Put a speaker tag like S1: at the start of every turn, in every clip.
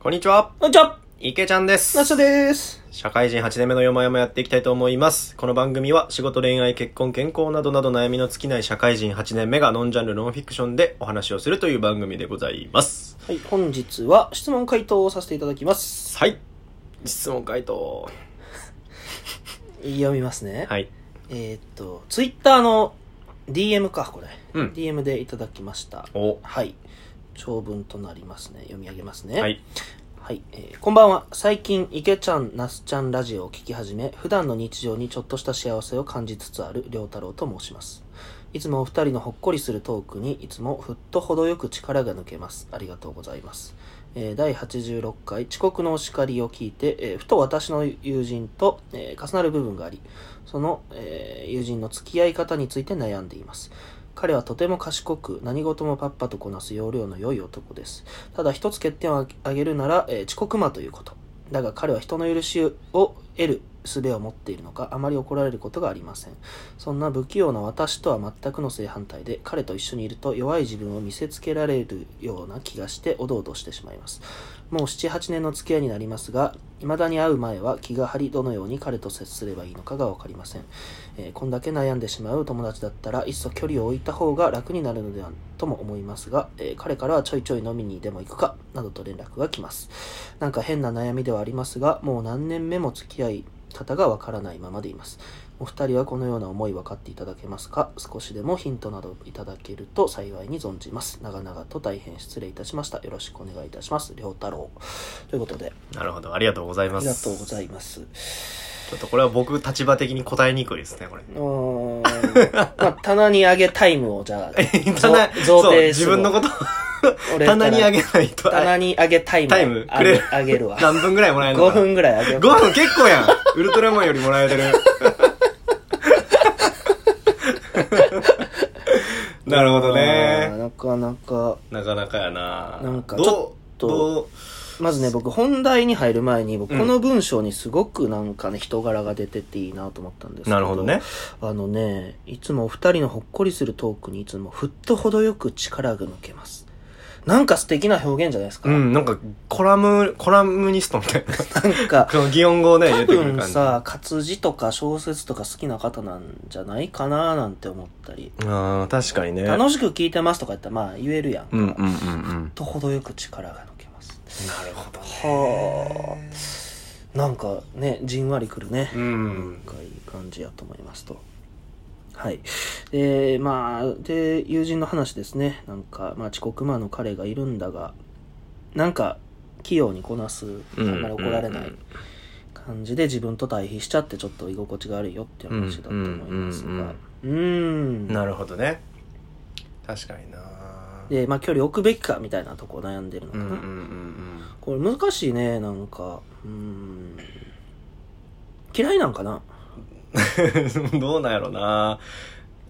S1: こんにちは。
S2: こんにちは
S1: 池ちゃんです
S2: なっ。しょです。
S1: 社会人8年目のよもやもやっていきたいと思います。この番組は仕事、恋愛、結婚、健康などなど悩みの尽きない社会人8年目がノンジャンルノンフィクションでお話をするという番組でございます。
S2: はい、本日は質問回答をさせていただきます。
S1: はい。質問回答。
S2: 読みますね。
S1: はい。
S2: えーっと、ツイッターの DM か、これ。
S1: うん。
S2: DM でいただきました。
S1: お。
S2: はい。長文となりますね。読み上げますね。
S1: は。い。
S2: はい、えーこんばんは。最近、池ちゃん、なすちゃんラジオを聞き始め、普段の日常にちょっとした幸せを感じつつある、りょうたろうと申します。いつもお二人のほっこりするトークに、いつもふっと程よく力が抜けます。ありがとうございます。えー第86回、遅刻のお叱りを聞いて、えーふと私の友人と、えー重なる部分があり、その、えー友人の付き合い方について悩んでいます。彼はとても賢く、何事もパッパとこなす要領の良い男です。ただ一つ欠点を挙げるなら、えー遅刻魔ということ。だが彼は人の許しを得る術を持っているのか、あまり怒られることがありません。そんな不器用な私とは全くの正反対で、彼と一緒にいると弱い自分を見せつけられるような気がして、おどおどしてしまいます。もう7、8年の付き合いになりますが、未だに会う前は気が張り、どのように彼と接すればいいのかがわかりません。えーこんだけ悩んでしまう友達だったらいっそ距離を置いた方が楽になるのではとも思いますが、えー彼からはちょいちょい飲みにでも行くかなどと連絡が来ますなんか変な悩みではありますがもう何年目も付き合い方がわからないままでいますお二人はこのような思い分かっていただけますか少しでもヒントなどいただけると幸いに存じます長々と大変失礼いたしましたよろしくお願いいたします良太郎ということで
S1: なるほど。ありがとうござい
S2: あ
S1: ま
S2: り
S1: す。
S2: がとうございます
S1: す。ちょっとこれは僕立場的に答えにくいですね、これ。
S2: うーんまあ、棚に上げタイムをじゃあ、
S1: 棚、
S2: 贈
S1: そう、
S2: 呈、
S1: 自分のことと
S2: 俺から
S1: 棚にあげないと。
S2: 棚に上げタイム。
S1: タイム
S2: あ
S1: くれ
S2: げ
S1: る
S2: あげるわ。
S1: 何分ぐらいもらえるの
S2: 5
S1: かな
S2: 分ぐらい上げよう
S1: 5分結構やんウルトラマンよりもらえてる なるほど
S2: あー
S1: ね
S2: なかなか。
S1: なかなかやな
S2: なんかち
S1: ど
S2: ょ
S1: う
S2: っと
S1: どう
S2: まずね、僕、本題に入る前に、僕
S1: うん
S2: この文章にすごくなんかね、人柄が出てていいなと思ったんですけど。
S1: なるほどね。
S2: あのね、いつもお二人のほっこりするトークにいつも、ふっと程よく力が抜けます。なんか素敵な表現じゃないですか。
S1: うんなんかコラムコラムニストみたいな
S2: なんか、
S1: この擬音語をね入
S2: 多
S1: れてくる
S2: 分
S1: 感じ
S2: さ、活字とか小説とか好きな方なんじゃないかななんて思ったり。
S1: あー確かにね
S2: 楽しく聞いてますとか言ったら、まあ言えるやんか。
S1: うんうんうんうん
S2: と程よく力が抜けます。
S1: なるほど
S2: はあ。なんかね、じんわりくるね
S1: う。ん
S2: なんかいい感じやと思いますと。はい。で、まあ、で、友人の話ですね。なんか、まあ、遅刻魔の彼がいるんだが、なんか、器用にこなす、あんまり怒られない感じで自分と対比しちゃって、ちょっと居心地が悪いよっていう話だと思います
S1: うんうんうん
S2: が。うーん。
S1: なるほどね確かにな
S2: で、まあ、距離置くべきかみたいなとこ悩んでる
S1: う
S2: のか
S1: んうんうん
S2: な
S1: う。ん
S2: これ難しいね、なんか。うーん。嫌いなんかな
S1: どうなんやろな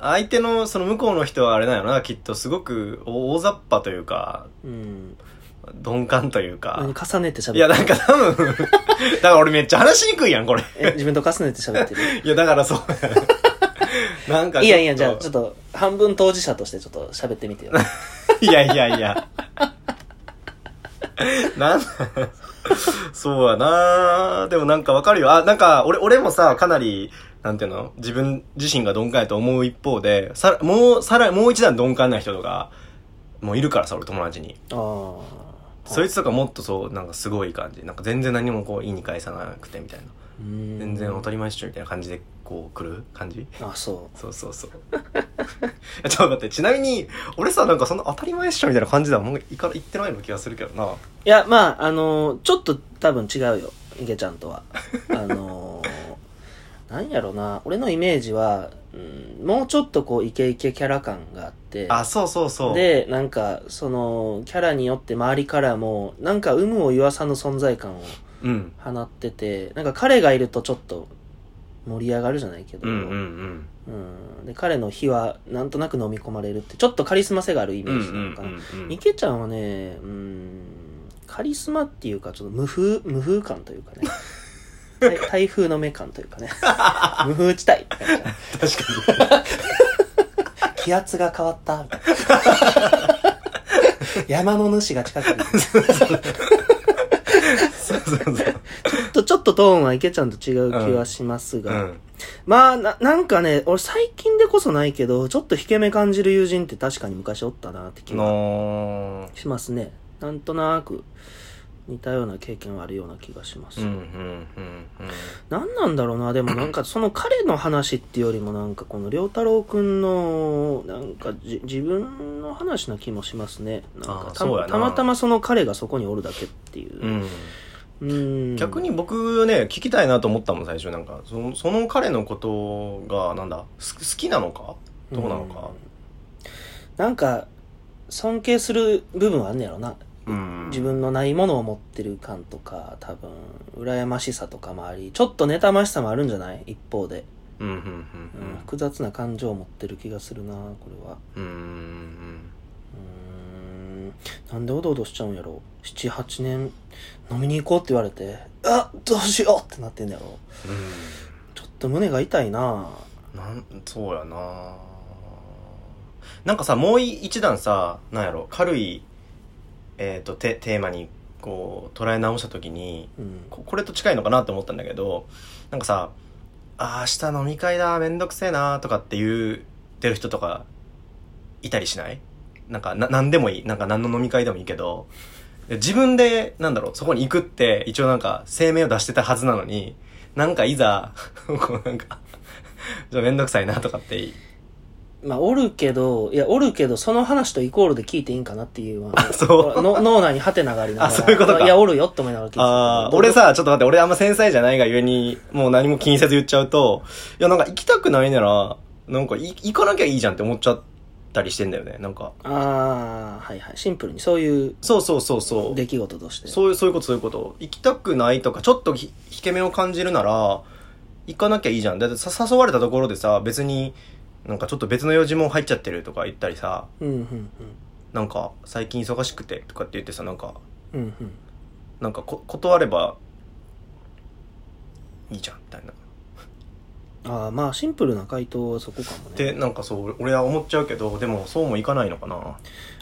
S1: 相手の、その向こうの人はあれなんやろな、きっとすごく大大雑把というか、
S2: うん。
S1: 鈍感というか
S2: 何。重ねて喋ってる
S1: いや、なんか多分、だから俺めっちゃ話しにくいやん、これ。
S2: え自分と重ねて喋ってる
S1: いや、だからそう や。なんかちょっと
S2: いやいや、じゃあ、ちょっと、半分当事者としてちょっと喋って みてよ。
S1: いやいやいや。 なんだそうやなでもなんかわかるよ。あ、なんか、俺、俺もさ、かなり、なんていうの自分自身が鈍感やと思う一方で、さら、もう、さら、もう一段鈍感な人とか、もういるからさ、俺友達に。
S2: ああ。
S1: そいつとかもっとそう、なんかすごい感じ。なんか全然何もこう、意に返さなくてみたいな。 全
S2: 全
S1: 然当たり前っしょみたいな感じで、こう、来る感じ
S2: あ、そ
S1: そうそうそう。 えちょっと待って、ちなみに、俺さ、なんかそんな当たり前っしょみたいな感じではもういか言ってないの気がするけどな。
S2: う。いや、まあ、あのーちょっと多分違うよ。いげちゃん とは。あのーなんやろな。俺のイメージは、うん、もうちょっとこう、イケイケキャラ感があって。
S1: あ、そうそうそう。、
S2: でなんかそのキャラによって周りからもなんか有無を言わさぬ存在感を
S1: うん。
S2: 放っててなんか彼がいるとちょっと盛り上がるじゃないけど、
S1: うんうんうん。
S2: うんで彼の日はなんとなく飲み込まれるってちょっとカリスマ性があるイメ
S1: うんう
S2: ー
S1: ん
S2: ジなのかな、
S1: うんうん。
S2: 池ちゃんはねうんカリスマっていうかちょっと無風無風感とい うかね台台風の目感というかね無風地帯って感じ
S1: 確かに。
S2: 気圧が変わっ た。みたいな山の主が近くに。
S1: そうそう そう。
S2: とちょっとトーンはいけちゃんと違う気はします
S1: う
S2: が、
S1: ん。
S2: まあな、なんかね、俺最近でこそないけど、ちょっと引け目感じる友人って確かに昔おったなって気が
S1: の
S2: しますね。なんとなく似たような経験はあるような気がします。
S1: ー。うん、うん、うん、う
S2: なんなんだろうな、でも なんかその彼の話っていうよりもなんかこの良太郎くんの、なんかじ自分の話な気もしますね。なんか
S1: あー
S2: た
S1: そうやな
S2: たまたまその彼がそこにおるだけってい
S1: ん。
S2: う。
S1: うん。
S2: うん
S1: 逆に僕ね、聞きたいなと思ったもん、最初。なんか、その、その彼のことが、なんだ、す好きなのかどうなのか。
S2: なんか尊敬する部分はあんねやろな
S1: うん。
S2: 自分のないものを持ってる感とか多分羨ましさとかもありちょっと妬ましさもあるんじゃない一方で、
S1: うん、うん、う
S2: う
S1: んん、
S2: 複雑な感情を持ってる気がするなこれは
S1: うん。うん。
S2: うーんなんでおどおどしちゃうんやろ78年飲みに行こうって言われてあどうしようってなってんやろ
S1: うん。
S2: ちょっと胸が痛いな
S1: なんそうやななんかさもう一段さなんやろ軽い、えー、とテテーマにこう捉え直した時に
S2: うん
S1: ここれと近いのかなって思ったんだけどなんかさ「あー明日飲み会だめんどくせえな」とかって言ってる人とかいたりしないなんかな何でもいいなんか何の飲み会でもいいけど自分でなんだろうそこに行くって一応なんか声明を出してたはずなのになんかいざ こうなんか じゃあめんどくさいなとかっていい
S2: まあ、おるけど、いや、おるけど、その話とイコールで聞いていいんかなっていう、ま あ
S1: そう
S2: の脳内にハテナがありながら。
S1: あそういうことか
S2: いや、おるよって思いながら聞いて
S1: あ
S2: た
S1: あ、俺、さ、ちょっと待って、俺あんま繊細じゃないがゆえに、もう何も気にせず言っちゃうと、いや、なんか行きたくないなら、なんかい行かなきゃいいじゃんって思っちゃったりしてんだよね、なんか。
S2: どうああ、はいはい。シンプルに、そういう
S1: そうそうそうそう。
S2: 出来事として。
S1: そういう、そういうこと、そういうこと。行きたくないとか、ちょっとひ引け目を感じるなら、行かなきゃいいじゃん。だってさ誘われたところでさ、別に、なんかちょっと別の用事も入っちゃってるとか言ったりさ、
S2: うん、うん、うん。
S1: なんか最近忙しくてとかって言ってさ、なんか、
S2: うん、うん。
S1: なんかこ断れば、いいじゃん、みたいな。
S2: ああ、まあ、シンプルな回答はそこかも
S1: って
S2: ね。
S1: なんかそう俺は思っちゃうけどでもそうもいかないのかな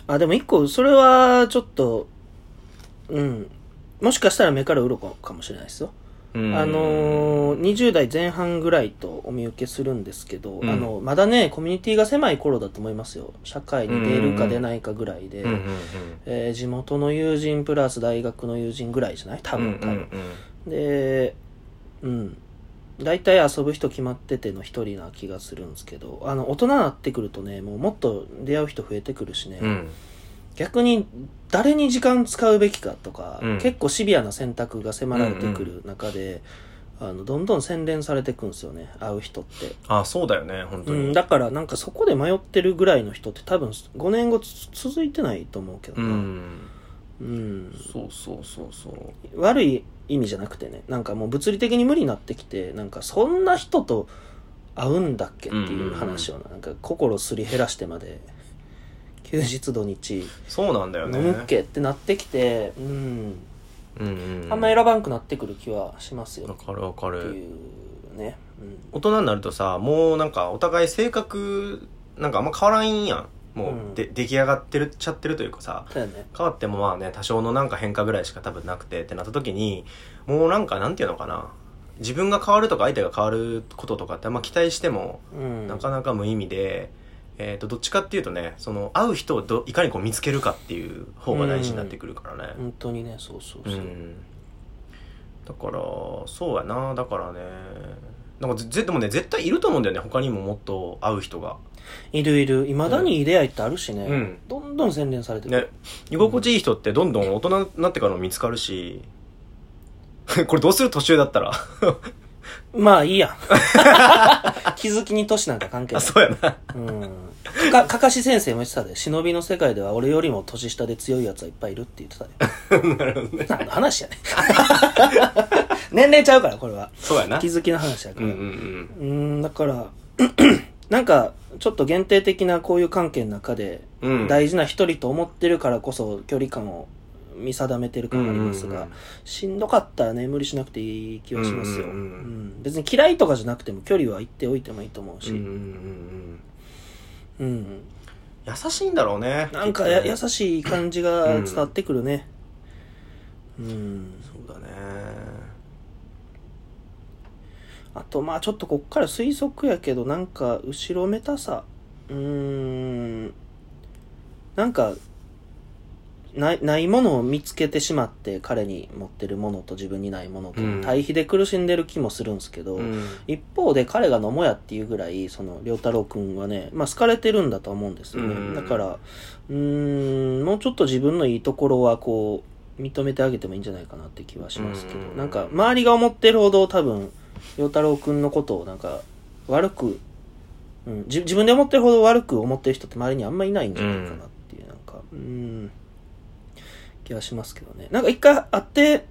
S2: あ、でも一個、それは、ちょっと、うん。もしかしたら目から鱗かもしれないですよ。
S1: うん
S2: あのー、20代前半ぐらいとお見受けするんですけど、
S1: うん
S2: あのまだねコミュニティが狭い頃だと思いますよ社会に出るか出ないかぐらいで、
S1: うんうん
S2: えー地元の友人プラス大学の友人ぐらいじゃない多
S1: うんうん
S2: 分多分、
S1: うん
S2: でうん大体遊ぶ人決まってての一人な気がするんですけどあの大人になってくるとねもうもっと出会う人増えてくるしね、
S1: うん
S2: 逆に誰に時間使うべきかとか、
S1: うん
S2: 結構シビアな選択が迫られてくる中で、あのどんどん洗練されていくんですよね会う人って、
S1: あそうだよね本当
S2: うん、
S1: に
S2: だからなんかそこで迷ってるぐらいの人って多分5年後つ続いてないと思うけど
S1: う
S2: な、
S1: ん
S2: うん
S1: そうそうそうそう
S2: 悪い意味じゃなくてねなんかもう物理的に無理になってきてなんかそんな人と会うんだっけっていう話をななんか心すり減らしてまで休日土日
S1: そうなんだよ
S2: 飲
S1: ね
S2: むっけってなってきてうん
S1: うんうん
S2: あんま選ばんくなってくる気はします
S1: わ
S2: よ
S1: かるわか
S2: って
S1: る
S2: いうね、
S1: 大人になるとさもうなんかお互い性格なんかあんま変わらんやんもう、
S2: うん
S1: で出来上がってるっちゃってるというかさ
S2: うん、だよね
S1: 変わってもまあね多少のなんか変化ぐらいしか多分なくてってなった時にもうなんかなんていうのかな自分が変わるとか相手が変わることとかってあんま期待しても
S2: うん
S1: なかなか無意味で、えー、とどっちかっていうとねその会う人をどいかにこう見つけるかっていう方が大事になってくるからね
S2: 本当にねそうそう
S1: うん、
S2: そう、
S1: だからそうやなだからねなんかぜぜでもね絶対いると思うんだよね他にももっと会う人が
S2: いるいるいまだに出会いってあるしね、
S1: うん
S2: どんどん洗練されてくる、
S1: ね居心地いい人ってどんどん大人になってからも見つかるし これどうする年上だったら
S2: まあいい や気づきに年なんか関係な
S1: あ
S2: い
S1: そうやな
S2: うんかかかし先生も言ってたで忍びの世界では俺よりも年下で強いやつはいっぱいいるって言ってたで 何の話やねん 年齢ちゃうからこれは
S1: そうやな
S2: 気づきの話やか
S1: う
S2: ら
S1: んう
S2: うん
S1: うん
S2: ーんだから なんかちょっと限定的なこういう関係の中で
S1: うん
S2: 大事な一人と思ってるからこそ距離感を見定めてる感がありますが、
S1: うんうんうん
S2: しんどかったらね無理しなくていい気はしますよ、
S1: うんうんうん
S2: うん別に嫌いとかじゃなくても距離は行っておいてもいいと思うし、
S1: うんうんうんうん
S2: うん
S1: 優しいんだろうね
S2: なんかや
S1: きっとね
S2: 優しい感じが伝わってくるね。うん
S1: そうだね
S2: あとまあちょっとこっから推測やけどなんか後ろめたさうーんなんかないないものを見つけてしまって彼に持ってるものと自分にないものと
S1: うん
S2: 対比で苦しんでる気もするんですけど、
S1: うん
S2: 一方で彼が野茂屋っていうぐらいその良太郎君はね、まあ、好かれてるんだと思うんですよね、
S1: うん
S2: だからうーんもうちょっと自分のいいところはこう認めてあげてもいいんじゃないかなって気はしますけど、
S1: うん
S2: なんか周りが思ってるほど多分良太郎君のことをなんか悪く、うん、自自分で思ってるほど悪く思ってる人って周りにあんまいないんじゃないかなっていう、なんかうん気はしますけどねなんか一回会って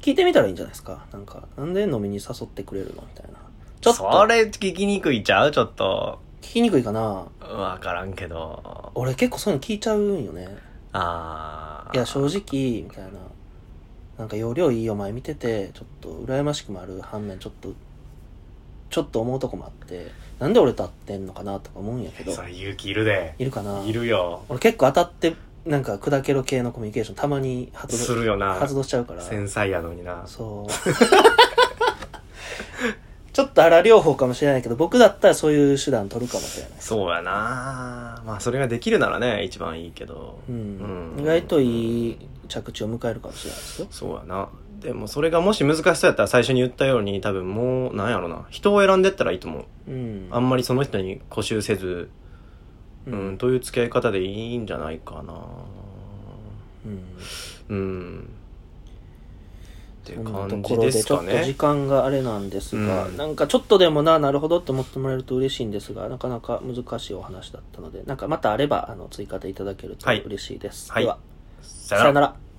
S2: 聞いてみたらいいんじゃないですかなんかなんで飲みに誘ってくれるのみたいなちょっと
S1: それ聞きにくいちゃうちょっと
S2: 聞きにくいかな
S1: わからんけど
S2: 俺結構そういうの聞いちゃうんよね
S1: ああ
S2: いや正直みたいななんか容量いいお前見ててちょっと羨ましくもある反面ちょっとちょっと思うとこもあってなんで俺と会ってんのかなとか思うんやけど
S1: それ勇気いるで
S2: いるかない
S1: るよ
S2: 俺結構当たってなんか砕けろ系のコミュニケーションたまに発
S1: す
S2: 動
S1: るよな
S2: 発動しちゃうから
S1: 繊細やのにな
S2: そう ちょっと荒療法かもしれないけど僕だったらそういう手段取るかもしれない
S1: そうやなまあそれができるならね一番いいけど
S2: うん
S1: うん
S2: 意外といい着地を迎えるかもしれないですよ
S1: そうやなでもそれがもし難しそうやったら最初に言ったように多分もうなんやろな人を選んでったらいいと思う
S2: うん
S1: あんまりその人に固執せず
S2: う
S1: うん、
S2: ん
S1: という付き合い方でいいんじゃないかな
S2: うん
S1: うんっていう
S2: そんなと
S1: 感
S2: こ
S1: じ
S2: ろ
S1: で
S2: ですちょ
S1: か
S2: っと時
S1: ね
S2: 間があれなんですが、
S1: うん
S2: なんかちょっとでもななるほどって思ってもらえると嬉しいんですがなかなか難しいお話だったのでなんかまたあればあの追加でいただけると
S1: はい
S2: 嬉しいです、
S1: はい
S2: では
S1: さ
S2: さよなら